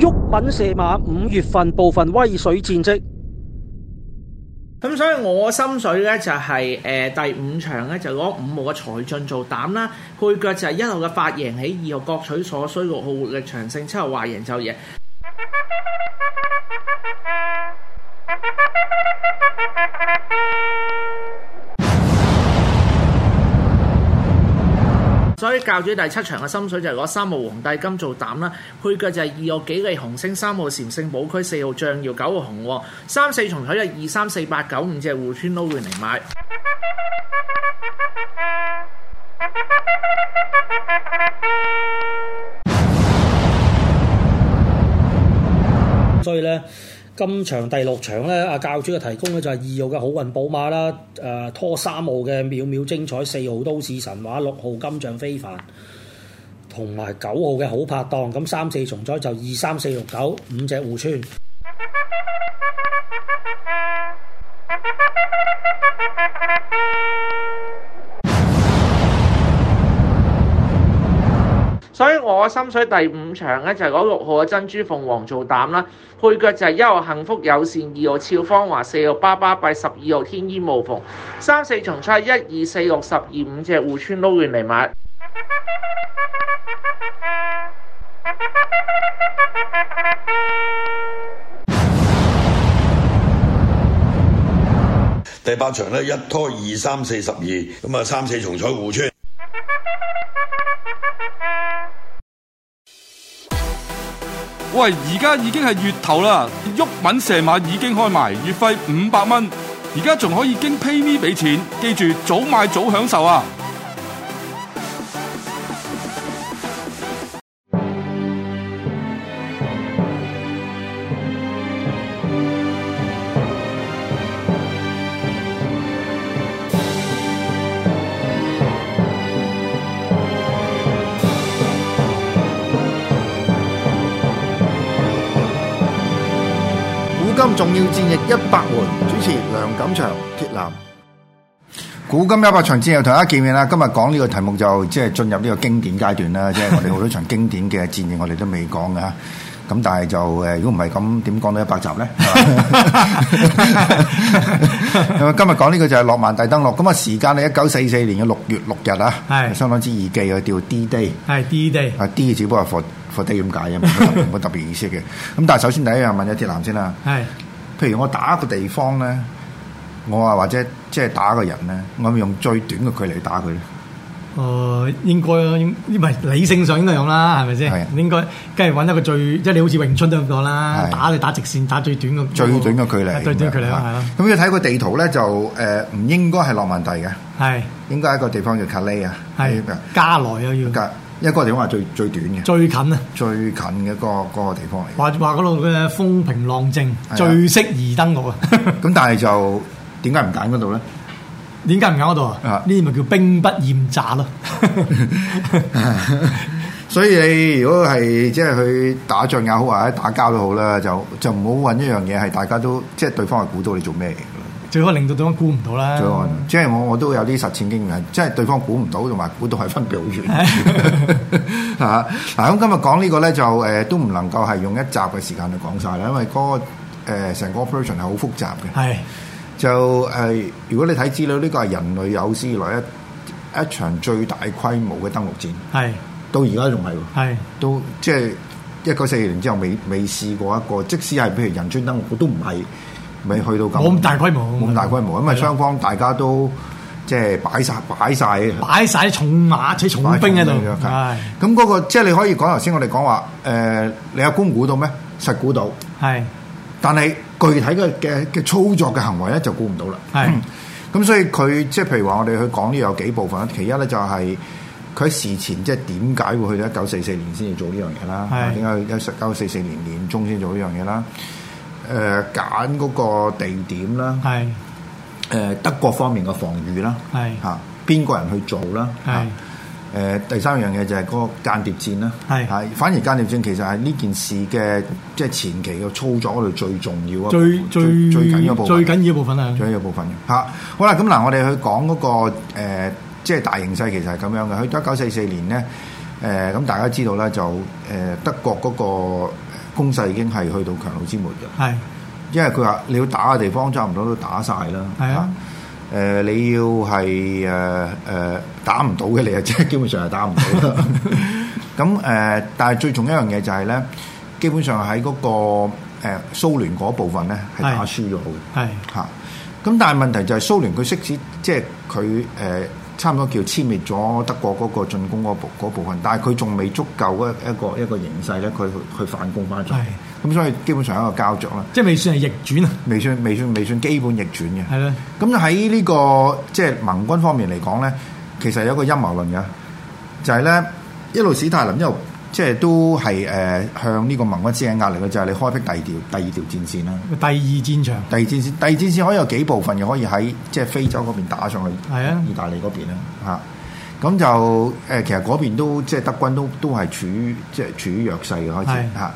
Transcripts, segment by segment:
鬱敏射馬五月份部分威水戰績。咁所以我心水咧就係、誒、第五場咧就攞五號嘅財進做膽啦，配腳就係一號嘅發贏起，二號各取所需，六號活力長勝，七號話贏就贏。所以教主第七場嘅心水就係攞三號皇帝金做膽啦，配腳就係二號幾利紅星、三號禪聖寶區、四號象耀、九號紅喎，三四重彩就二三四八九五隻互村撈亂嚟買。所以咧，今場第六場咧，阿教主嘅提供咧就係二號嘅好運寶馬啦，誒、拖三號嘅秒秒精彩，四號都市神話，六號金像非凡，同埋九號嘅好拍檔。咁三四重災就二三四六九五隻互村。所以我心水第五場咧就係攞六號嘅珍珠鳳凰做膽啦，配腳就係一號幸福友善，二號俏芳華，四號巴巴閉，十二號天衣無縫，三四重彩一二四六十二五隻互村撈亂嚟買。第八場咧一拖二三四十二，咁啊三四重彩互穿。喂，而家已經係月頭啦，鬱敏射馬已經開埋，月費五百蚊，而家仲可以經 PayMe 俾錢，記住早買早享受啊！古今重要戰役一百回，主持梁錦祥、鐵男。古今一百場戰役同大家見面啦。今日講呢個題目就即係進入呢個經典階段啦，即係我哋好多場經典嘅戰役我哋都未講噶。咁但係就誒，如果唔係咁，點講到一百集咧？咁今日講呢個就係諾曼第登陸。咁啊，時間係一九四四年嘅六月六日啊，係相當之易記嘅，叫 D Day。係 D Day，啊，D 只不過係 for for day 咁解啊，冇乜特別意思嘅。咁但係首先第一樣問咗鐵男先啦。係譬如我打一個地方咧，我啊或者即係打一個人咧，我咪用最短嘅距離打佢咧。誒應該應唔係理性上應該咁啦，係咪係啊先？應該梗係揾一個最即係你好似詠春都咁講啦係，打你打直線，打最短嘅最短嘅距離，哦最短距離啦，係啊啦，咁要睇個地圖咧，就誒唔應該係諾曼第嘅，係應該係一個地方叫卡利啊，係加來啊要㗎，一個地方係最最短嘅，最近啊！最近嘅嗰個嗰個地方嚟。 話話嗰度嘅風平浪靜係啊，最適宜登陸啊！ 咁但係就點解唔揀嗰度咧？點解唔揀嗰度啊啊？呢啲咪叫兵不厭詐咯。 所以你如果係即係去打仗也好，或者打交都好啦，就就唔好揾一樣嘢係大家都即係對方係估到你做咩嘅啦。最好令到對方估唔到啦最。安即係我我都有啲實踐經驗，係即係對方估唔到，同埋估到係分別好 遠嚇。嗱咁今日講呢個咧就誒、都唔能夠係用一集嘅時間就講晒啦，因為嗰、個誒成、個 operation 係好複雜嘅。係就誒、呃如果你睇資料，呢、個係人類有史以來一一場最大規模嘅登陸戰，係到而家仲係喎。係都即係一九四四年之後未未試過一個，即使係譬如人專登陸都唔係未去到咁冇咁大規模冇咁大規模，因為雙方大家都即係擺晒擺晒擺晒啲重馬、啲重兵喺度。係咁嗰個即係你可以講頭先我哋講話誒，你阿公估到咩？實估到，係但係具體嘅嘅嘅操作嘅行為咧就估唔到啦。嗯係咁所以佢即係譬如話，我哋去講呢有幾部分，其一咧就係佢喺事前即係點解會去到一九四四年先至做呢樣嘢啦？啊係點解一九四四年年中先做呢樣嘢啦？誒揀嗰個地點啦，誒、係德國方面嘅防禦啦，係嚇邊個人去做啦？嚇係誒、第三樣嘢就係嗰個間諜戰啦，係嚇反而間諜戰其實係呢件事嘅即係前期嘅操作嗰度最重要一部最分最最緊要一部分最緊要部分啊！仲有一個部分嘅嚇、好啦，咁嗱，我哋去講嗰、個、呃、即係大形勢其實係咁樣嘅。去到一九四四年咧，誒、咁大家知道啦，就誒、德國嗰、個攻勢已經係去到強弩之末嘅。係因為佢話你要打嘅地方差唔多都打晒啦。係啊嚇。誒、你要係誒誒打唔到嘅，你啊即係基本上係打唔到 啦。咁誒、呃但係最重要一樣嘢就係咧，基本上喺嗰、個誒、蘇聯嗰部分咧係打輸咗嘅係嚇。咁但係問題就係蘇聯佢即使即係佢誒差唔多叫殲滅咗德國嗰個進攻嗰部嗰部分，但係佢仲未足夠一一個一個形勢咧，佢去去反攻翻出嚟係。咁所以基本上係一個膠着啦。即係未算係逆轉啊，未算未算未算基本逆轉嘅。係啦，咁喺呢個即係盟軍方面嚟講咧，其實有一個陰謀論嘅，就係、咧一路史泰林一路即係都係誒、呃向呢個盟軍施緊壓力嘅，就係、你開闢第二條第二條戰線啦。第二戰場第二戰線，第二戰線可以有幾部分嘅，可以喺即係非洲嗰邊打上去，係啊意大利嗰邊啦嚇。咁就誒、呃其實嗰邊都即係德軍都都係處於即係處於弱勢嘅開始係嚇。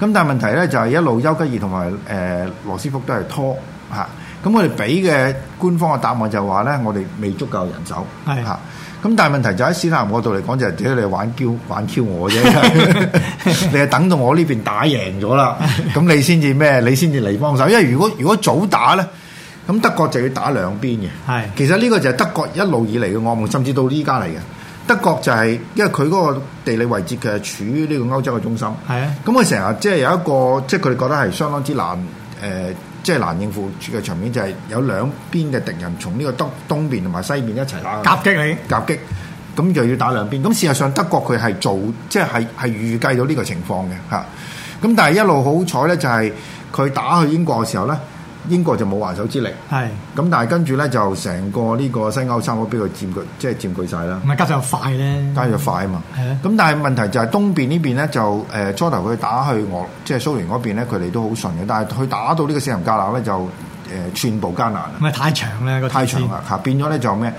咁但係問題咧就係、一路丘吉爾同埋誒羅斯福都係拖嚇。咁我哋俾嘅官方嘅答案就話咧，我哋未足夠人手係嚇。咁但係問題就喺史南嗰度嚟講，就係屌你玩 Q 玩 Q 我 啫，你係等到我呢邊打贏咗 啦，咁你先至咩？你先至嚟幫手。因為如果如果早打咧，咁德國就要打兩邊嘅。係其實呢個就係德國一路以嚟嘅惡夢，甚至到呢家嚟嘅。德國就係、因為佢嗰個地理位置，佢係處於呢個歐洲嘅中心。係啊，咁佢成日即係有一個，即係佢哋覺得係相當之難誒、呃即係難應付嘅場面，就係、有兩邊嘅敵人從呢個東東邊同埋西邊一齊打夾擊你夾擊，咁就要打兩邊。咁事實上德國佢係做即係係係預計到呢個情況嘅嚇。咁但係一路好彩咧，就係、佢打去英國嘅時候咧，英國就冇還手之力。係咁但係跟住咧就成個呢個西歐三國俾佢佔據，即係佔據晒啦唔。係加上又快咧，加咗快啊嘛係啊。咁但係問題就係東邊呢邊咧就誒、呃初頭佢打去俄即係蘇聯嗰邊咧，佢哋都好順嘅，但係佢打到呢個四人格勒咧就誒、呃寸步艱難啦。唔係太長啦個太長長啦嚇，變咗咧就咩？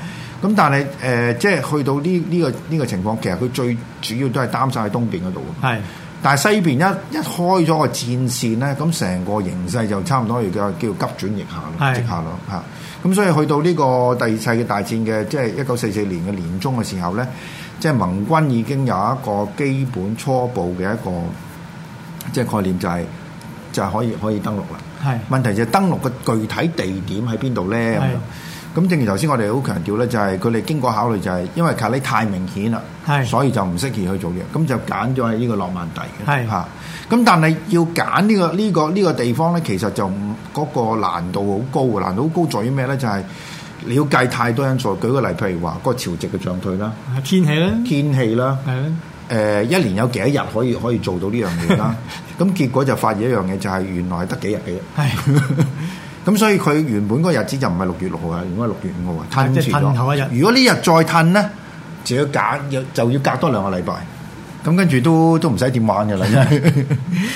咁但係誒、呃即係去到呢呢、個呢、個情況，其實佢最主要都係擔晒喺東邊嗰度。係但係西邊一一開咗個戰線咧，咁成個形勢就差唔多而家叫急轉逆下咯，係直下咯嚇。咁所以去到呢個第二次世界大戰嘅即係一九四四年嘅年中嘅時候咧，即係盟軍已經有一個基本初步嘅一個即係概念就係、就係可以可以登陸啦。係問題就係登陸嘅具體地點喺邊度咧？咁樣咁正如頭先我哋好強調咧，就係佢哋經過考慮就係因為卡利太明顯啦，係所以就唔適宜去做嘢，咁就揀咗喺呢個諾曼第嘅係嚇。咁但係要揀呢、個呢、個呢、個地方咧，其實就唔嗰、個難度好高嘅，難度好高在於咩咧？就係、你要計太多因素，舉個例，譬如話嗰個潮汐嘅漲退啦、天氣啦，天氣啦。係啦，誒、呃一年有幾多日可以可以做到呢樣嘢 啦？咁結果就發現一樣嘢就係原來係得幾日嘅啫。 咁所以佢原本嗰個日子就唔係六月六號啊，原該係六月五號啊，褪即係褪後一日遲咗。如果呢日再褪咧，就要隔就要隔多兩個禮拜。咁跟住都都唔使點玩嘅 啦，真係。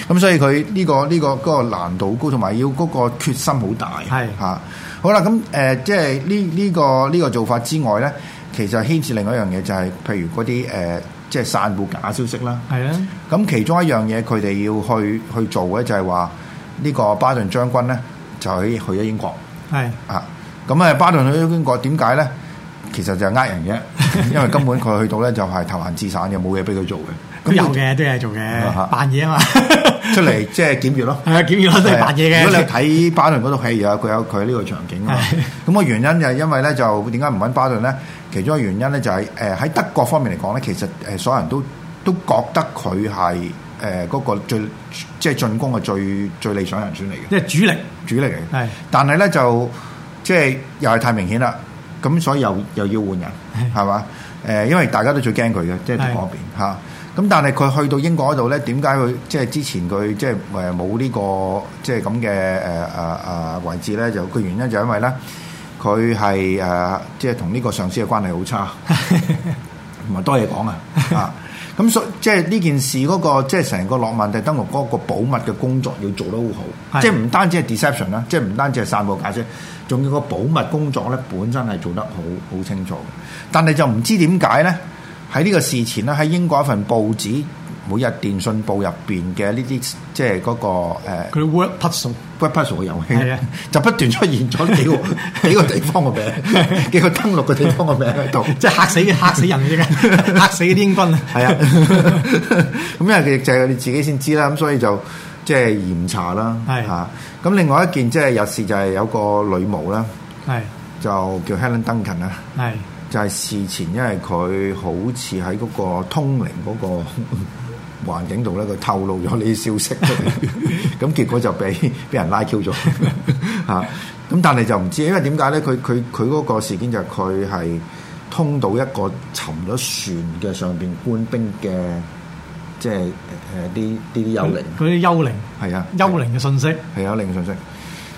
咁所以佢呢、個呢、個嗰、個難度好高，同埋要嗰個決心好大。啊係嚇、好啦，咁誒、呃即係呢呢個呢、個做法之外咧，其實牽涉另外一樣嘢就係、譬如嗰啲誒，即係散佈假消息啦。係啦，咁其中一樣嘢佢哋要去去做嘅就係話呢個巴頓將軍咧就去去咗英國係啊。咁誒巴頓去咗英國點解咧？其實就係呃人嘅，因 為根本佢去到咧就係投閒置散嘅，冇嘢俾佢做嘅。都咁有嘅，都有做嘅啊，扮嘢啊嘛，出嚟即係檢閲咯。 係啊，檢驗都係扮嘢嘅，如果你睇巴頓嗰套戲，有佢有佢呢個場景啊嘛。咁個原因就係因為咧，就點解唔揾巴頓咧？其中一個原因咧就係誒喺德國方面嚟講咧，其實誒所有人都都覺得佢係誒嗰個最即係進攻嘅最最理想人選嚟嘅即係主力主力嚟嘅。係但係咧就即係又係太明顯啦，咁所以又又要換人，係嘛？誒、因為大家都最驚佢嘅，即係係嗰邊嚇。咁但係佢去到英國嗰度咧，點解佢即係之前佢即係誒冇呢個即係咁嘅誒誒誒位置咧？就個原因就因為咧，佢係誒即係同呢個上司嘅關係好 差。同埋多嘢講啊！啊，咁所以即係呢件事嗰、個即係成個諾曼第登陸嗰個保密嘅工作要做得好好，係即係唔單止係 deception 啦，即係唔單止係散佈假消息，仲要個保密工作咧本身係做得好好清楚嘅。但係就唔知點解咧，喺呢個事前咧喺英國一份報紙每日電訊報入邊嘅呢啲即係嗰個誒佢 word puzzle web puzzle 嘅遊戲係啊， 就不斷出現咗 幾個幾個地方嘅名，幾個登錄嘅地方嘅名喺度。即係嚇死嚇死人 嘅啫，嚇死啲英軍啊！係啊， 咁因為佢就係你自己先知啦，咁所以就即係嚴查啦。係嚇，咁另外一件即係日事就係有個女巫啦，係就叫 Helen Duncan 啊啦。係就係事前，因為佢好似喺嗰個通靈嗰個 環境度咧，佢透露咗呢啲消息， 咁結果就俾俾人拉 Q 咗 嚇。咁但係就唔知，因為點解咧？佢佢佢嗰個事件就係佢係通到一個沉咗船嘅上邊官兵嘅，即係誒誒啲啲啲幽靈，嗰啲幽靈係啊，幽靈嘅信息係啊，零信息。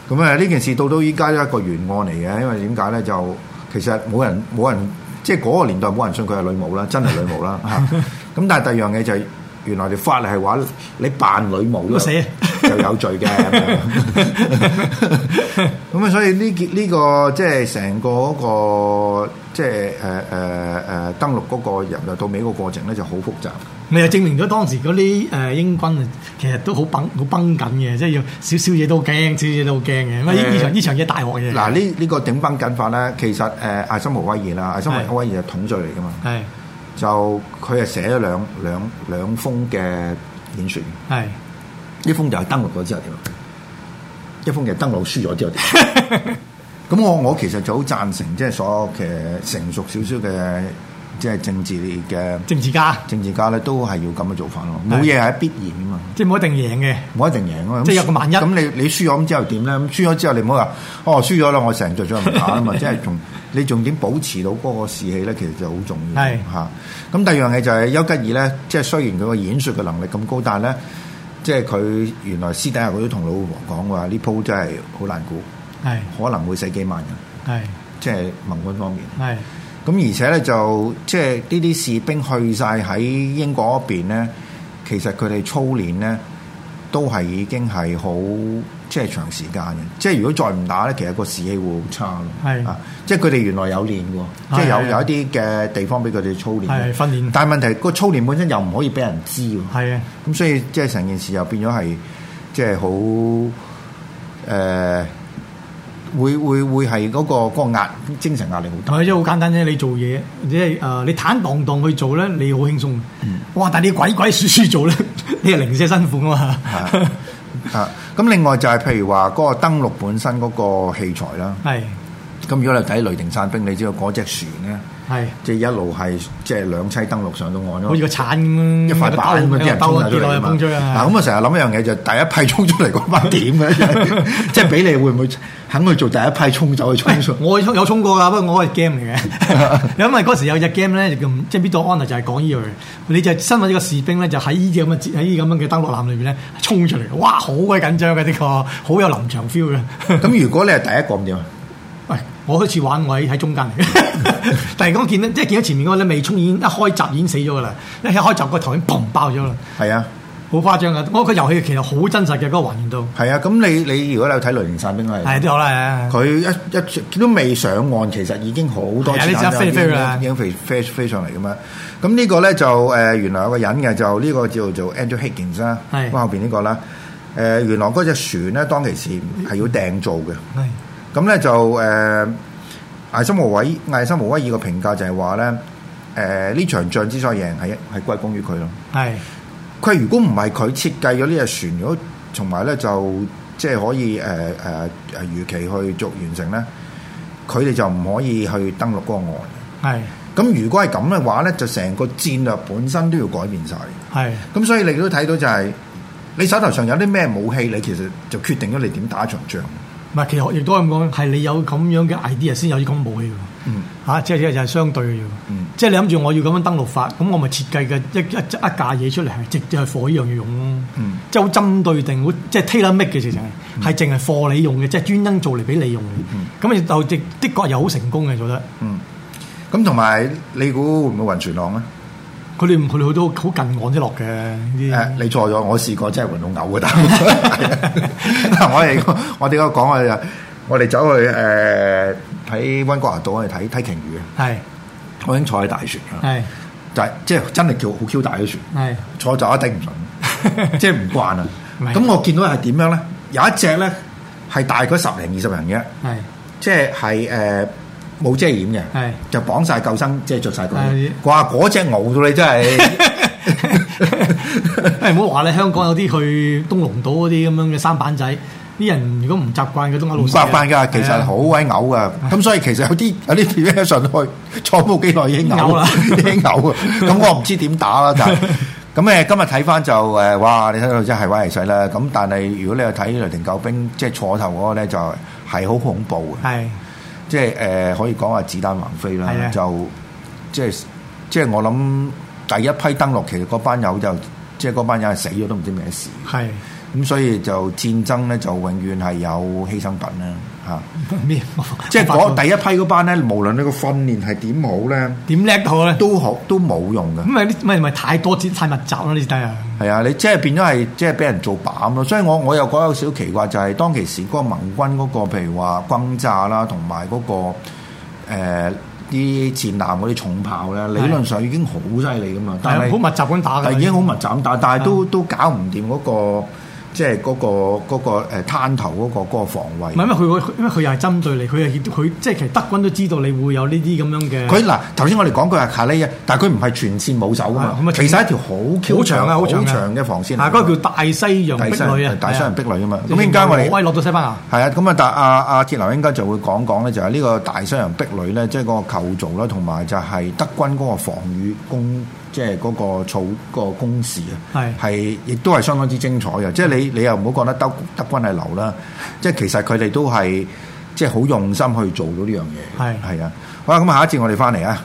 咁誒呢件事到到依家都係一個懸案嚟嘅，因為點解咧？就其實冇人冇人，即係嗰個年代冇人信佢係女巫啦，真係女巫啦嚇。咁但係第二樣嘢就係、原來條法律係話你扮女巫都死啊就有罪嘅。咁樣咁啊，所以呢件呢個即係成個嗰、個即係誒呃誒誒登陸嗰、個由頭到尾個過程咧就好複雜。你又證明咗當時嗰啲誒英軍啊，其實都好崩好崩緊嘅，即係要少少嘢都好驚，少少嘢都好驚嘅。因為呢誒呢場呢場嘢大鑊嘢。嗱，呢呢個頂崩緊法咧，其實誒艾森豪威爾啦，艾森豪威爾係統罪嚟噶嘛，係就佢係寫咗兩兩兩封嘅演説，係一封就係登陸咗之後點，啊一封就係登陸輸咗之後點。啊 咁我我其實就好贊成即係所有嘅成熟少少嘅即係政治嘅政治家，政治家咧，都係要咁嘅做法咯，冇嘢係必然噶嘛。即係冇一定贏嘅。冇一定贏啊嘛！咁即係有個萬一咁你你輸咗咁之後點咧？咁輸咗之後你唔好話哦輸咗啦，我成隊咗唔打啊嘛！即係仲你仲點保持到嗰個士氣咧？其實就好重要係嚇。咁第二樣嘢就係丘吉爾咧，即係雖然佢個演說嘅能力咁高，但係咧即係佢原來私底下佢都同老婆講話呢鋪真係好難估，係可能會死幾萬人，係即係盟軍方面。係咁而且咧就即係呢啲士兵去晒喺英國嗰邊咧，其實佢哋操練咧都係已經係好即係長時間嘅。即係如果再唔打咧，其實個士氣會好差咯。係啊，即係佢哋原來有練喎，係即係有係有一啲嘅地方俾佢哋操練嘅。係訓練但係問題個操練本身又唔可以俾人知喎。係啊！咁所以即係成件事又變咗係即係好誒，會會會係嗰、個嗰、個壓精神壓力好大。同埋即係好簡單啫，你做嘢即係誒，你坦蕩蕩去做咧，你好輕鬆。哇！但係你鬼鬼祟祟做 咧，你係零舍辛苦啊 嘛。啊，咁另外就係譬如話嗰個登陸本身嗰個器材啦，係咁如果你睇雷霆散兵，你知道嗰只船咧，係，即係一路係即係兩棲登陸上到岸咯，好似個鏟咁，一塊板咁樣啲人兜衝晒出啊跌落嚟去嘛。風吹嗱，啊。咁我成日諗一樣嘢就第一批衝出嚟嗰班 點嘅，即係俾你會唔會肯去做第一批衝走去衝 上？我有衝過㗎，不過我係 game 嚟 嘅，因為嗰時有隻 game 咧，就叫即係 b i t o Honor 就係講呢樣嘢，你就身為一個士兵咧，就喺呢啲咁嘅節喺呢啲咁樣嘅登陸艦裏邊咧衝出嚟，哇！好鬼緊張嘅呢個，好有臨場 feel 嘅。 咁如果你係第一個咁點啊？喂，我開始玩位喺中間嚟嘅， 但係我見到即係見到前面嗰個咧未衝已經一開閘已經死咗㗎啦，一開閘個頭已經砰爆咗啦，係啊。好誇張㗎！我個遊戲其實好真實嘅嗰、個環境都係啊，咁你你如果你有睇《雷霆散兵》係係，都有啦，佢一一都未上岸，其實已經好多係啊子你彈即刻飛已經飛啦已經飛飛飛上嚟噶嘛。咁呢個咧就誒、呃原來有個人嘅，就呢個叫做 Andrew Higgins 啦，咁係後邊呢個啦。誒、原來嗰只船咧，當其時係要訂造嘅。係咁咧就誒、呃艾森豪威艾森豪威爾個評價就係話咧，誒、呢場仗之所以贏係係歸功於佢咯。係佢如果唔係佢設計咗呢隻船，如果同埋咧就即係可以誒呃誒誒預期去做完成咧，佢哋就唔可以去登陸嗰個岸。係咁如果係咁嘅話咧，就成個戰略本身都要改變晒。係咁所以你都睇到就係、你手頭上有啲咩武器，你其實就決定咗你點打一場仗。唔係？其實亦都係咁講，係你有咁樣嘅 idea 先有呢咁武器㗎。嗯，嚇、即係就係相對嘅啫。嗯即係你諗住我要咁樣登錄法，咁我咪設計嘅一一一一架嘢出嚟係直接係貨呢樣嘢用咯。嗯即係好針對定，好即係 tailor make 嘅其實係係淨係貨你用嘅，即係專登做嚟俾你用嘅。咁你就的的確又好成功嘅做得。嗯。咁同埋你估會唔會暈船浪咧？佢哋唔佢哋都好近岸先落嘅呢誒、啲。你錯咗，我試過真係暈到嘔嘅，但 係我哋我哋嗰個講我就我哋走去誒呃睇、溫哥華島去睇睇鯨魚嘅，係嗯我已經坐喺大船啦。係就係即係真係叫好 Q 大嗰船，係坐就一頂唔順，即係唔慣啊明！咁我見到係點樣咧？有一隻咧係大概十零二十人嘅，係即係係誒冇遮掩嘅係，就綁晒救生，即係着晒佢係。哇！嗰只牛到你真係 誒哎唔好話你香港有啲去東龍島嗰啲咁樣嘅三板仔，啲人如果唔習慣嘅都呃唔路習慣㗎，其係實啊好鬼嘔㗎。咁所以其實有啲有啲 p r e 上去 坐冇幾耐已經嘔嘔啦啦， 已經嘔啊！咁我唔知點打啦， 但係。咁誒，今日睇翻就誒，哇！你睇到真係威嚟水啦。咁但係如果你有睇雷霆救兵，即係坐頭嗰個咧，就係好恐怖嘅。係即係誒、呃可以講話子彈橫飛啦係啊，就即係即係我諗第一批登陸，其實嗰班友就即係嗰班友係死咗都唔知咩事，係 咁所以就戰爭咧就永遠係有犧牲品啦嚇。咩？ 即係我嗰第一批嗰班咧，無論你個訓練係點好咧，點叻都好咧，都好都冇用嘅咁。咪啲咪咪太多節太密集啦呢啲低啊，係啊，你即係變咗係即係俾人做靶咁咯。所以我我又覺得有少少奇怪，就係、當其時嗰個盟軍嗰、個譬如話轟炸啦，同埋嗰個誒啲、戰艦嗰啲重炮咧，理論上已經好犀利噶嘛，但係啊好係密集咁打但嘅，係已經好密集，但但係都係都搞唔掂嗰個即係嗰、個嗰、個誒灘頭嗰、個嗰、個防唔係衞。因為佢會因為佢又係針對你，佢又協佢即係其實德軍都知道你會有呢啲咁樣嘅。佢嗱頭先我哋講佢係卡利啊，但係佢唔係全線冇手噶嘛係，咁啊其實係一條好 Q 好長啊好長啊長嘅防線嚟㗎。啊，嗰個叫大西洋大壁西洋壘啊，大西洋係壁壘啊嘛咁應該我哋挪威落到西班牙，係啊，咁啊，但阿阿鐵流應該就會講講咧，就係呢個大西洋壁壘咧，即係嗰個構造啦，同埋就係德軍嗰個防禦工，即係嗰個措個工事啊，係係亦都係相當之精彩啊嘅。即係你你又唔好覺得德德軍係流啦，即係其實佢哋都係即係好用心去做到呢樣嘢。係係啊，好啦，咁下一節我哋翻嚟啊。